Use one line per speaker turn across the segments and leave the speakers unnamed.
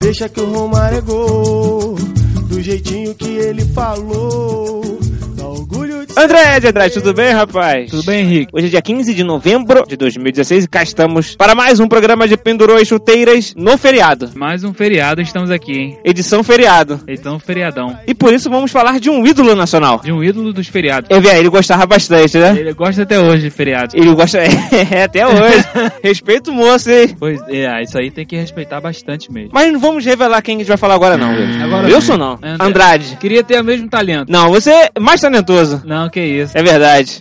Deixa que o Romário é gol, do jeitinho que ele falou. Dá orgulho de
André de Andrade, tudo bem, rapaz?
Tudo bem, Henrique?
Hoje é dia 15 de novembro de 2016 e cá estamos para mais um programa de Pendurou e Chuteiras no feriado.
Mais um feriado estamos aqui, hein?
Edição feriado.
Então, feriadão.
E por isso vamos falar de um ídolo nacional.
De um ídolo dos feriados.
Eu vi, ele gostava bastante, né?
Ele gosta até hoje de feriado.
Ele gosta é, até hoje. Respeito o moço, hein?
Pois é, isso aí tem que respeitar bastante mesmo.
Mas não vamos revelar quem a gente vai falar agora, não. Wilson.
Hum, Agora
Wilson não.
André.
Andrade.
Queria ter o mesmo talento.
Não, você é mais talentoso.
Não, que isso.
É verdade.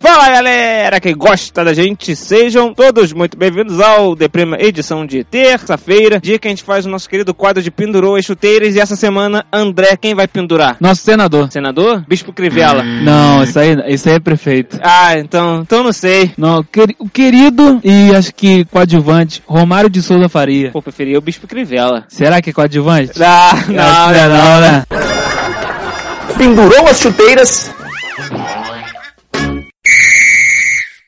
Fala galera que gosta da gente, sejam todos muito bem-vindos ao Deprima edição de terça-feira, dia que a gente faz o nosso querido quadro de pendurou e chuteiras e essa semana André, quem vai pendurar?
Nosso senador.
Senador? Bispo Crivella.
Não, isso aí, isso aí é prefeito.
Ah, então, então não sei.
Não, queri- o querido e acho que coadjuvante, Romário de Souza Faria.
Pô, preferia o Bispo Crivella.
Será que é coadjuvante?
Ah,
Acho que
não, não,
não, né?
pendurou as chuteiras.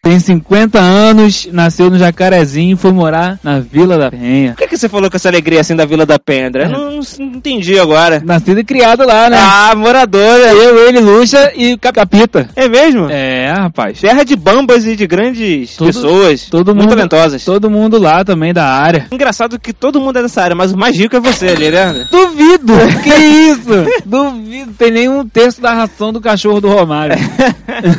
Tem 50 anos, nasceu no Jacarezinho e foi morar na Vila da Penha.
Por que, que você falou com essa alegria assim da Vila da Pendra? Eu não, não entendi agora.
Nascido e criado lá, né?
Ah, moradora.
Eu, ele, Lucha e Cap- Capita.
É mesmo?
É, rapaz.
Terra de bambas e de grandes
Todo-
pessoas.
todo
muito
mundo-
talentosas.
Todo mundo lá também da área.
Engraçado que todo mundo é dessa área, mas o mais rico é você, Leandro.
Duvido! que isso? Duvido. Tem nem um terço da ração do cachorro do Romário.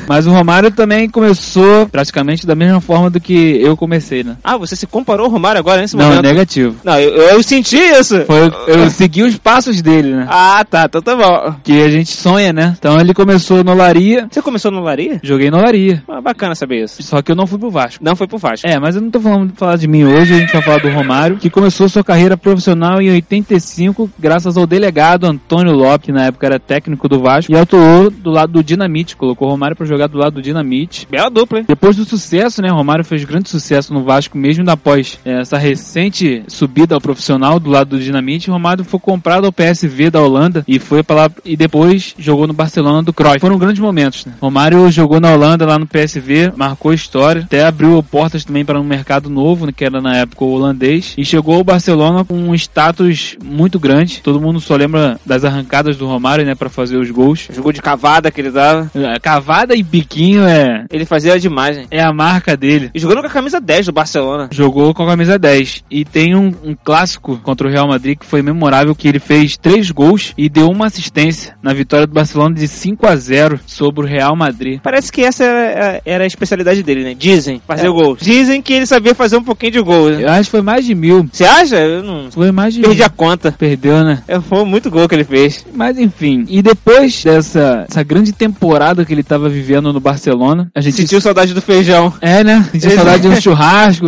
Mas o Romário também começou praticamente da mesma forma do que eu comecei, né?
Ah, você se comparou ao Romário agora nesse
Não,
momento?
negativo.
Não, eu, eu senti isso.
Foi, eu segui os passos dele, né?
Ah, tá, então tá bom.
Que a gente sonha, né? Então ele começou no Olaria,
Você começou no Laria?
joguei no Olaria.
Ah, bacana saber isso.
Só que eu não fui pro Vasco.
Não foi pro Vasco.
É, mas eu não tô falando falar de mim hoje, a gente vai falar do Romário, que começou sua carreira profissional em 85, graças ao delegado Antônio Lopes, que na época era técnico do Vasco, e atuou do lado do Dinamite, colocou o Romário pra jogar do lado do Dinamite.
Bela dupla, hein?
Depois do sucesso, né, Romário fez grande sucesso no Vasco, mesmo após eh, essa recente subida ao profissional do lado do Dinamite, Romário foi comprado ao PSV da Holanda e foi para lá e depois jogou no Barcelona do Cruyff. Foram grandes momentos, né? Romário jogou na Holanda lá no PSV, marcou história, até abriu portas também para um mercado novo, né, que era na época o holandês, e chegou ao Barcelona com um status muito grande. Todo mundo só lembra das arrancadas do Romário, né, para fazer os gols.
Jogou de cavada que ele dava.
Eh, Cavada e biquinho é
Ele fazia demais, hein?
é a marca dele.
E jogando com a camisa 10 do Barcelona.
Jogou com a camisa 10. E tem um, um clássico contra o Real Madrid que foi memorável, que ele fez três gols e deu uma assistência na vitória do Barcelona de 5 a 0 sobre o Real Madrid.
Parece que essa era, era a especialidade dele, né? Dizem, fazer
É.
gols. Dizem que ele sabia fazer um pouquinho de gol, né?
Eu acho que foi mais de mil.
Você acha? Eu não...
Foi mais de
Perdi
mil.
a conta.
Perdeu, né?
É, Foi muito gol que ele fez.
Mas enfim. E depois dessa essa grande temporada que ele tava vivendo no Barcelona, a gente.
Sentiu saudade do feijão.
É, né? Sentiu saudade de um churrasco.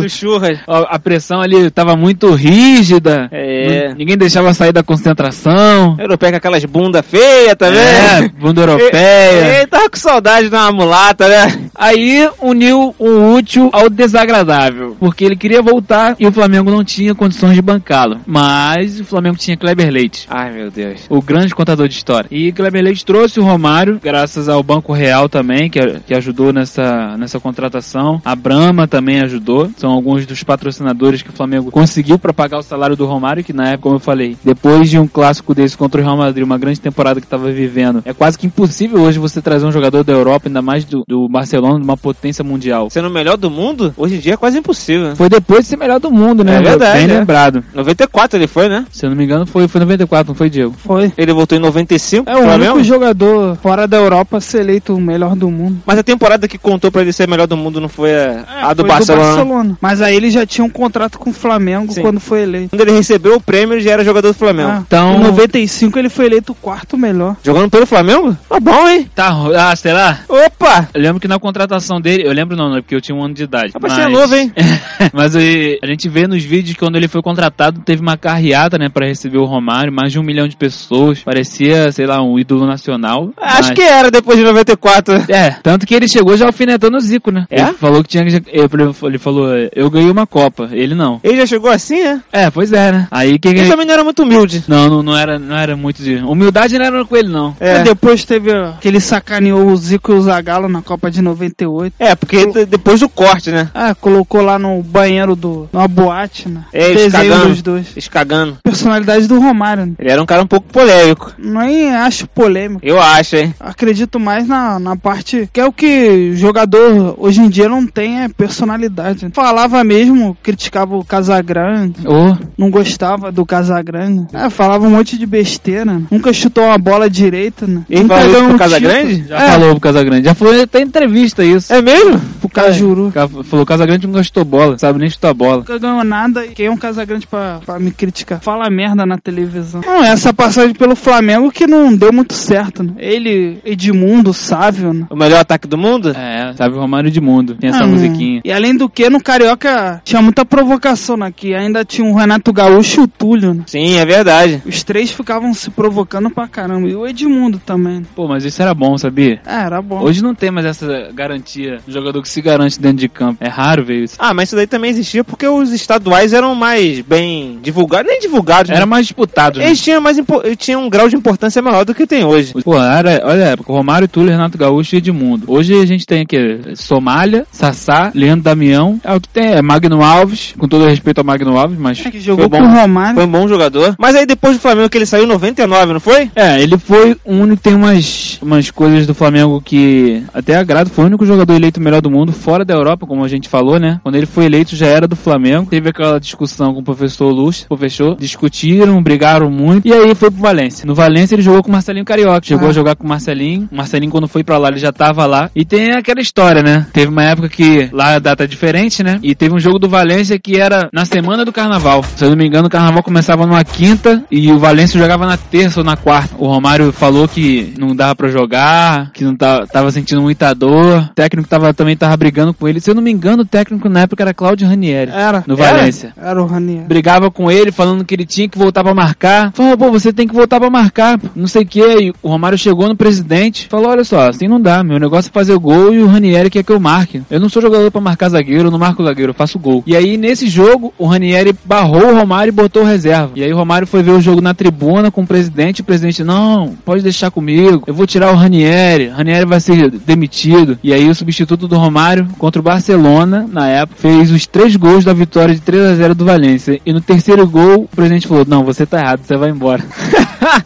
Do churras.
A a pressão ali tava muito rígida.
É.
Não- Ninguém deixava sair da concentração.
Europeu com aquelas bunda feia tá também.
É, bunda europeia.
Ele tava com saudade de uma mulata, né?
Aí uniu o útil ao desagradável, porque ele queria voltar e o Flamengo não tinha condições de bancá-lo. Mas o Flamengo tinha Kleber Leite.
Ai, meu Deus.
O grande contador de história. E Kleber Leite trouxe o Romário, graças ao Banco Real também, que, que ajudou nessa, nessa contratação. A Brahma também ajudou. São alguns dos patrocinadores que o Flamengo conseguiu para pagar o salário do Romário, que na época, como eu falei, depois de um clássico desse contra o Real Madrid, uma grande temporada que estava vivendo, é quase que impossível hoje você trazer um jogador da Europa, ainda mais do, do Barcelona, de uma potência mundial.
Sendo o melhor do mundo, hoje em dia é quase impossível.
Foi depois de ser melhor do mundo, né?
É verdade,
Bem
é.
lembrado.
94 ele foi, né?
Se eu não me engano, foi, foi 94, não foi, Diego?
Foi. Ele voltou em 95.
É o
Flamengo.
único jogador fora da Europa a ser eleito o melhor do mundo.
Mas a temporada que contou pra ele ser melhor do mundo não É, foi a, a do
Foi
Barcelona.
Mas aí ele já tinha um contrato com o Flamengo
Sim.
quando foi eleito.
Quando ele recebeu o prêmio, ele já era jogador do Flamengo.
Ah,
Então-
Em 95 ele foi eleito o quarto melhor.
É. Jogando pelo Flamengo? Tá bom, hein?
Tá, ah, será?
Opa! Opa!
Eu lembro que na contratação dele, eu lembro não, né, porque eu tinha um ano de idade.
Rapaz, você é novo, hein?
mas aí, a gente vê nos vídeos que quando ele foi contratado, teve uma carreata, né, pra receber o Romário, mais de um milhão de pessoas. Parecia, sei lá, um ídolo nacional.
Acho que era depois de 94.
É, tanto que ele chegou já alfinetando o Zico, né?
É?
Ele falou que tinha que. Ele ele falou, eu ganhei uma Copa. Ele não.
Ele já chegou assim, né?
É, pois é, né? Aí que.
Ele também não era muito humilde.
Não, não, não era, não era muito de. Humildade não era com ele, não.
Aí
É,
Depois teve ó, que ele sacaneou o Zico e o Zagallo na Copa de 98.
é porque d- depois do corte, né?
Ah, colocou lá no banheiro do. numa boate, né?
É, eles
Desenho
cagando.
dos dois.
Escagando.
Personalidade do Romário. Né?
Ele era um cara um pouco polêmico.
Nem acho polêmico.
Eu acho, hein?
Acredito mais na, na parte que é o que jogador hoje em dia não tem é personalidade. Falava mesmo, criticava o Casagrande,
Ô,
não gostava do Casagrande. É, falava um monte de besteira. né? Nunca chutou uma bola direita, né?
Ele
Nunca
falou isso
ganhou
pro
um
Casagrande?
título.
já
É,
falou pro Casagrande. Já falou até em entrevista isso.
É mesmo?
pro Cajuru.
Ca- Falou, Casagrande não gastou bola, sabe nem chutar bola.
Nunca ganhou nada e quem é um Casagrande pra, pra me criticar? Fala merda na televisão. Não, essa passagem pelo Flamengo que não deu muito certo, né? Ele, Edmundo, Sávio, né?
O melhor ataque do mundo?
É, sabe o Romário de Mundo. Tem essa
Ah,
musiquinha.
E além do que, no Carioca tinha muita provocação, né? Que ainda tinha o Renato Gaúcho e o Túlio, né?
Sim, é verdade.
Os três ficavam se provocando pra caramba. E o Edmundo também. né?
Pô, mas isso era bom, sabia?
É, era bom.
Hoje não tem mais essa garantia do jogador que se garante dentro de campo. É raro ver isso.
Ah, mas isso daí também existia porque os estaduais eram mais bem divulgados, nem divulgados,
Era
né?
mais disputado, né?
Eles tinham, mais impo- tinham um grau de importância maior do que tem hoje.
Pô, era, olha a época, Romário, Túlio, Renato Gaúcho e Edmundo. Hoje a gente tem aqui Somália, Sassá, Leandro Damião. É o que tem, é Magno Alves, com todo respeito ao Magno Alves, mas...
É que jogou
bom.
com o Romário.
Foi um bom jogador. Mas aí depois do Flamengo que ele saiu em 99, não foi?
É, ele foi o único, tem umas, umas coisas do Flamengo que até agrado, foi o único jogador eleito o melhor do mundo fora da Europa, como a gente falou, né? Quando ele foi eleito já era do Flamengo, teve aquela discussão com o professor Lux, professor, discutiram, brigaram muito, e aí foi pro Valência. No Valência ele jogou com o Marcelinho Carioca, chegou
Ah.
a jogar com o Marcelinho, o Marcelinho quando foi pra lá ele já tava lá, e tem aquela história, né? Teve uma época que lá a data é diferente, né? E teve um jogo do Valência que era na semana do Carnaval, se eu não me engano o Carnaval começava numa quinta, e o Valência jogava na terça ou na quarta. O Romário falou que não dava pra jogar, que não tava, tava sentindo muita dor. O técnico tava, também tava brigando com ele. Se eu não me engano, o técnico na época era Claudio Ranieri,
Era.
no
Era?
Valência.
Era o Ranieri.
Brigava com ele, falando que ele tinha que voltar pra marcar. Falou, pô, você tem que voltar pra marcar, não sei o que. E o Romário chegou no presidente, falou, olha só, assim não dá, meu negócio é fazer o gol e o Ranieri quer que eu marque. Eu não sou jogador pra marcar zagueiro, eu não marco zagueiro, eu faço gol. E aí, nesse jogo, o Ranieri barrou o Romário e botou reserva. E aí o Romário foi ver o jogo na tribuna com o presidente, e o presidente, não, pode deixar comigo, eu vou tirar o Ranieri, Ranieri vai ser demitido. E aí o substituto do Romário contra o Barcelona, na época, fez os três gols da vitória de 3 a 0 do Valência. E no terceiro gol, o presidente falou, não, você tá errado, você vai embora.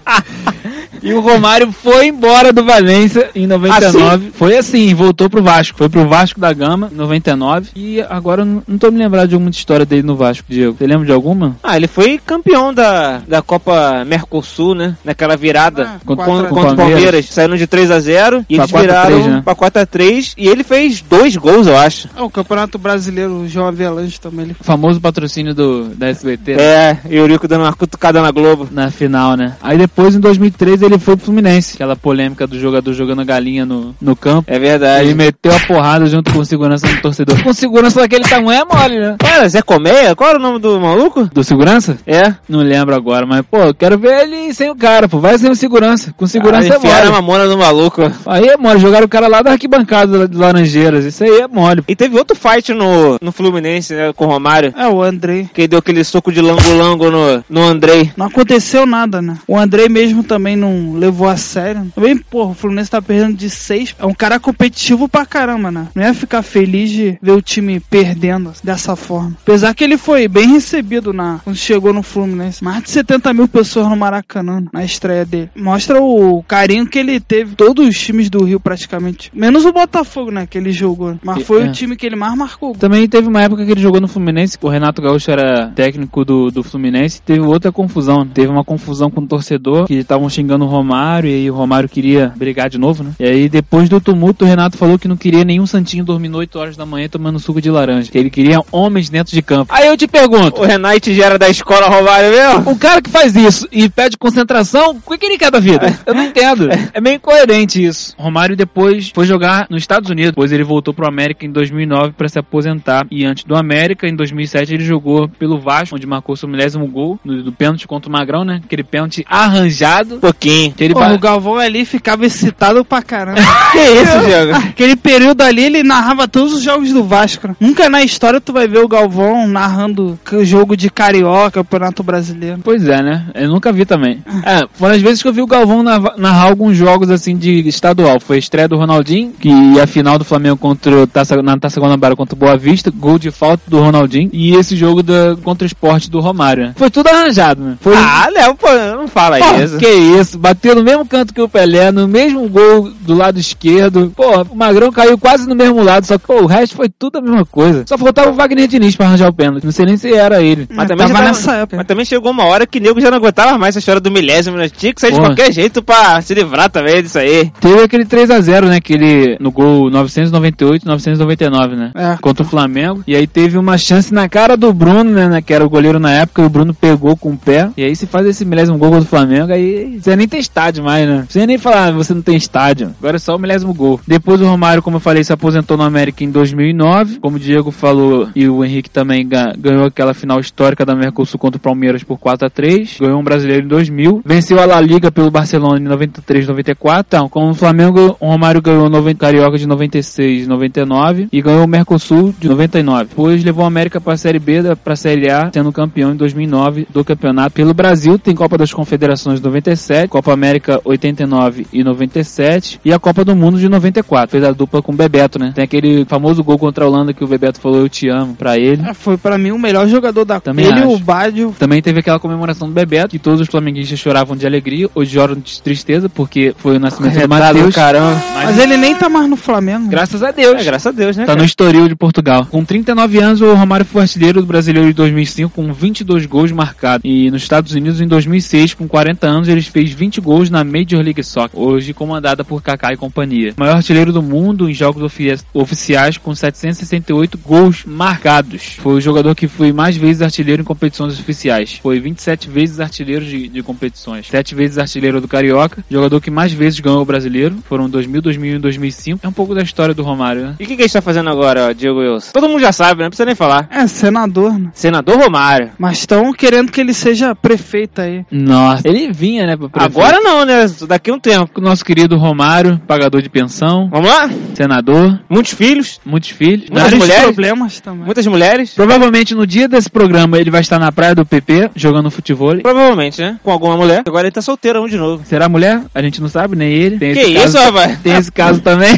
E o Romário foi embora do Valência em 99. Foi assim, voltou pro Vasco. Foi pro Vasco da Gama em 99. E agora eu não não tô me lembrando de alguma história dele no Vasco, Diego. Você lembra de alguma?
Ah, ele foi campeão da, da Copa Mercosul, né? Naquela virada
Ah,
con-
quatro a
con-
três.
contra o
Palmeiras.
Palmeiras. Saíram de 3 a 0 e
Pra
eles
4 a 3,
viraram
né?
pra 4 a 3 E ele fez dois gols, eu acho.
Ah, o Campeonato Brasileiro, o João Avelange também. Ele...
O famoso patrocínio do, da SBT.
É, Eurico dando uma cutucada na Globo.
né? Na final, né? Aí depois, em 2003, ele foi pro Fluminense. Aquela polêmica do jogador jogando galinha no, no campo.
É verdade.
Ele meteu a porrada junto com o segurança do torcedor. Com segurança daquele tamanho é mole, né?
Cara, Zé Colmeia? Qual era o nome do maluco?
Do segurança?
É.
Não lembro agora, mas, pô, eu quero ver ele sem o cara, pô. Vai sem o segurança. Com segurança
ah,
é
enfiaram
mole.
a mamona no maluco.
Aí é mole, jogaram o cara lá da arquibancada lá de Laranjeiras. Isso aí é mole.
E teve outro fight no, no Fluminense, né, com o Romário.
É, o Andrei.
Que deu aquele soco de lango-lango no, no Andrei.
Não aconteceu nada, né? O Andrei mesmo também não levou a sério. Também, porra, o Fluminense tá perdendo de 6. É um cara competitivo pra caramba, né? Não ia ficar feliz de ver o time perdendo dessa forma. Apesar que ele foi bem recebido na quando chegou no Fluminense. Mais de 70 mil pessoas no Maracanã né? na estreia dele. Mostra o carinho que ele teve. Todos os times do Rio, praticamente. Menos o Botafogo, né? Que ele jogou. Mas foi
É.
o time que ele mais marcou.
Também teve uma época que ele jogou no Fluminense, que o Renato Gaúcho né? era técnico do, do Fluminense, teve outra confusão. Teve uma confusão com o torcedor, que estavam xingando o Romário, e aí o Romário queria brigar de novo, né? E aí depois do tumulto, o Renato falou que não queria nenhum santinho dormindo 8 horas da manhã tomando suco de laranja. Que ele queria homens dentro de campo. Aí eu te pergunto,
O Renate já era da escola Romário mesmo?
o Um cara que faz isso e pede concentração, o que que ele quer da vida? Eu não entendo. É meio incoerente isso. Romário depois foi jogar nos Estados Unidos, depois ele voltou pro América em 2009 para se aposentar. E antes do América, em 2007, ele jogou pelo Vasco, onde marcou seu milésimo gol no, do pênalti contra o Magrão, né? Aquele pênalti arranjado.
Um Pouquinho.
Que ele
Pô,
ba-
o Galvão ali ficava excitado pra caramba.
Que isso, Diego?
Aquele período ali ele narrava todos os jogos do Vasco. né? Nunca na história tu vai ver o Galvão narrando c- jogo de carioca, campeonato brasileiro.
Pois é, né? Eu nunca vi também. É, foram as vezes que eu vi o Galvão narva- narrar alguns jogos assim de estadual. Foi a estreia do Ronaldinho, que a final do Flamengo contra o Taça, na Taça Guanabara contra o Boa Vista, gol de falta do Ronaldinho, e esse jogo da, contra o esporte do Romário. né? Foi tudo arranjado, né? Foi
Ah, Léo, pô, não fala
Pô,
isso.
que isso, bateu no mesmo canto que o Pelé, no mesmo gol do lado esquerdo. Porra, o Magrão caiu quase no mesmo lado, só que pô, o resto foi tudo a mesma coisa. Só faltava o Wagner Diniz pra arranjar o pênalti. Não sei nem se era ele.
Mas
Mas
também já
É, tava
tava-
nessa época.
Mas também chegou uma hora que o nego já não aguentava mais essa história do milésimo, né? Tinha que sair de
Porra.
qualquer jeito pra se livrar também disso aí.
Teve aquele 3x0, né? Aquele no gol 998, 999, né?
É.
Contra o Flamengo. E aí teve uma chance na cara do Bruno, né? né, Que era o goleiro na época. E o Bruno pegou com o pé. E aí se faz esse milésimo gol contra o Flamengo, aí você nem tem estádio mais, né? Você nem falar, "Ah, você não tem estádio. Agora é só o milésimo gol. Depois o Romário, como eu falei, se aposentou no América em 2009. Como o Diego falou, e o Henrique também ga- ganhou aquela final histórica da Mercosul contra o Palmeiras por 4x3. Ganhou um brasileiro em 2000. Venceu a La Liga pelo Barcelona em 93, 94. Então, com o Flamengo, o Romário ganhou o Carioca de 96, 99 e ganhou o Mercosul de 99. Depois levou a América para a Série B, da- para a Série A, sendo campeão em 2009 do campeonato pelo Brasil. Tem Copa das Confederações de 97, Copa América 89 e 97 e a Copa do Mundo de 94. Fez a dupla com o Bebeto, né? Tem aquele famoso gol contra a Holanda que o Bebeto falou eu te amo pra ele.
É, Foi pra mim o melhor jogador da
Também
Ele e
acho.
o Bádio.
Também teve aquela comemoração do Bebeto, que todos os flamenguistas choravam de alegria ou choram de tristeza, porque foi o nascimento do Matheus.
Tá caramba.
Mas ele nem tá mais no Flamengo.
Graças a Deus.
É, graças a Deus, né?
Tá
cara?
no historial de Portugal. Com 39 anos, o Romário foi artilheiro do Brasileiro de 2005 com 22 gols marcados. E nos Estados Unidos, em 2006, com 40 anos, ele fez 20 gols na Major League Soccer, hoje comandada por Kaká e companhia. Maior artilheiro do mundo em jogos ofi- oficiais com 768 gols marcados. Foi o jogador que foi mais vezes artilheiro em competições oficiais. Foi 27 vezes artilheiro de, de competições. 7 vezes artilheiro do Carioca. Jogador que mais vezes ganhou o Brasileiro. Foram 2000, 2001 e 2005. É um pouco da história do Romário, né?
E o que, que a gente tá fazendo agora, ó, Diego Wilson? Todo mundo já sabe, né? Não precisa nem falar.
É, senador, né?
Senador Romário.
Mas estão querendo que ele seja prefeito aí.
Nossa, ele vinha, né? Pra prefeito.
Agora não, né? Daqui a um tempo.
com o nosso querido Romário, pagador de pensão,
Vamos lá?
senador,
Muitos filhos,
muitos filhos.
Muitas
Vários
mulheres?
problemas também.
muitas mulheres.
Provavelmente no dia desse programa ele vai estar na praia do PP jogando futebol.
Provavelmente, né? Com alguma mulher. Agora ele tá solteirão de novo.
Será mulher? A gente não sabe, nem ele. Tem
Que
esse caso-
isso, rapaz?
Tem esse caso também.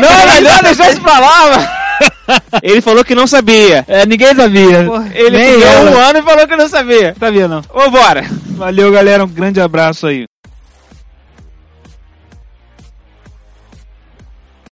Não, melhor deixar isso pra lá, mano. Ele falou que não sabia.
É, ninguém sabia.
Porra,
Ele
nem
ficou
eu.
um ano e falou que não sabia.
Não sabia, não.
Vambora.
Valeu, galera. Um grande abraço aí.